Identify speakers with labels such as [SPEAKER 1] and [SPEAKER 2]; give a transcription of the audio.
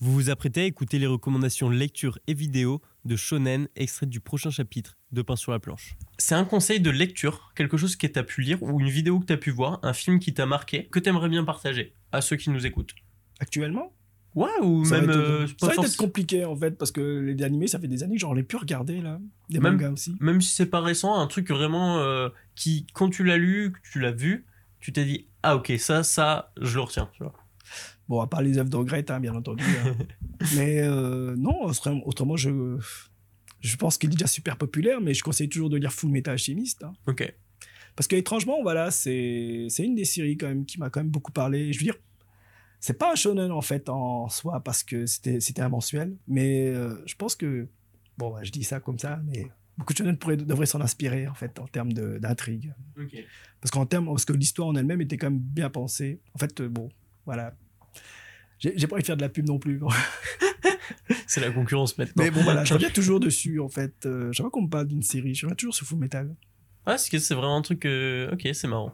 [SPEAKER 1] Vous vous apprêtez à écouter les recommandations lecture et vidéo de Shonen, extrait du prochain chapitre de Pain sur la planche. C'est un conseil de lecture, quelque chose que tu as pu lire ou une vidéo que tu as pu voir, un film qui t'a marqué, que tu aimerais bien partager à ceux qui nous écoutent.
[SPEAKER 2] Actuellement
[SPEAKER 1] Ouais, ou
[SPEAKER 2] ça
[SPEAKER 1] même.
[SPEAKER 2] va être,
[SPEAKER 1] euh,
[SPEAKER 2] ça
[SPEAKER 1] pas
[SPEAKER 2] va être
[SPEAKER 1] forc-
[SPEAKER 2] compliqué en fait parce que les animés ça fait des années que j'en ai plus regardé là. Des
[SPEAKER 1] Même-
[SPEAKER 2] mangas aussi.
[SPEAKER 1] Même si c'est pas récent, un truc vraiment euh, qui, quand tu l'as lu, que tu l'as vu, tu t'es dit Ah, ok, ça, ça, je le retiens. Tu vois.
[SPEAKER 2] Bon, à part les œuvres de Grete, hein, bien entendu. hein. mais euh, non, autrement, autrement, je, je pense qu'il est déjà super populaire, mais je conseille toujours de lire Full Metal Alchemist. hein.
[SPEAKER 1] Ok.
[SPEAKER 2] Parce que, étrangement, voilà, c'est c'est une des séries quand même qui m'a quand même beaucoup parlé. Je veux dire, c'est pas un shonen en fait en soi, parce que c'était c'était un mensuel, mais euh, je pense que, bon, bah, je dis ça comme ça, mais beaucoup de shonen pourraient- devraient s'en inspirer en fait en termes de- d'intrigue.
[SPEAKER 1] Ok.
[SPEAKER 2] Parce qu'en termes, parce que l'histoire en elle-même était quand même bien pensée. En fait, euh, bon, voilà. J'ai j'ai pas envie de faire de la pub non plus.
[SPEAKER 1] C'est la concurrence maintenant.
[SPEAKER 2] Mais bon, voilà, je reviens toujours dessus, en fait. Euh, chaque fois qu'on me parle d'une série, je reviens toujours sur Full Metal.
[SPEAKER 1] Ah, c'est que c'est vraiment un truc. euh, Ok, c'est marrant.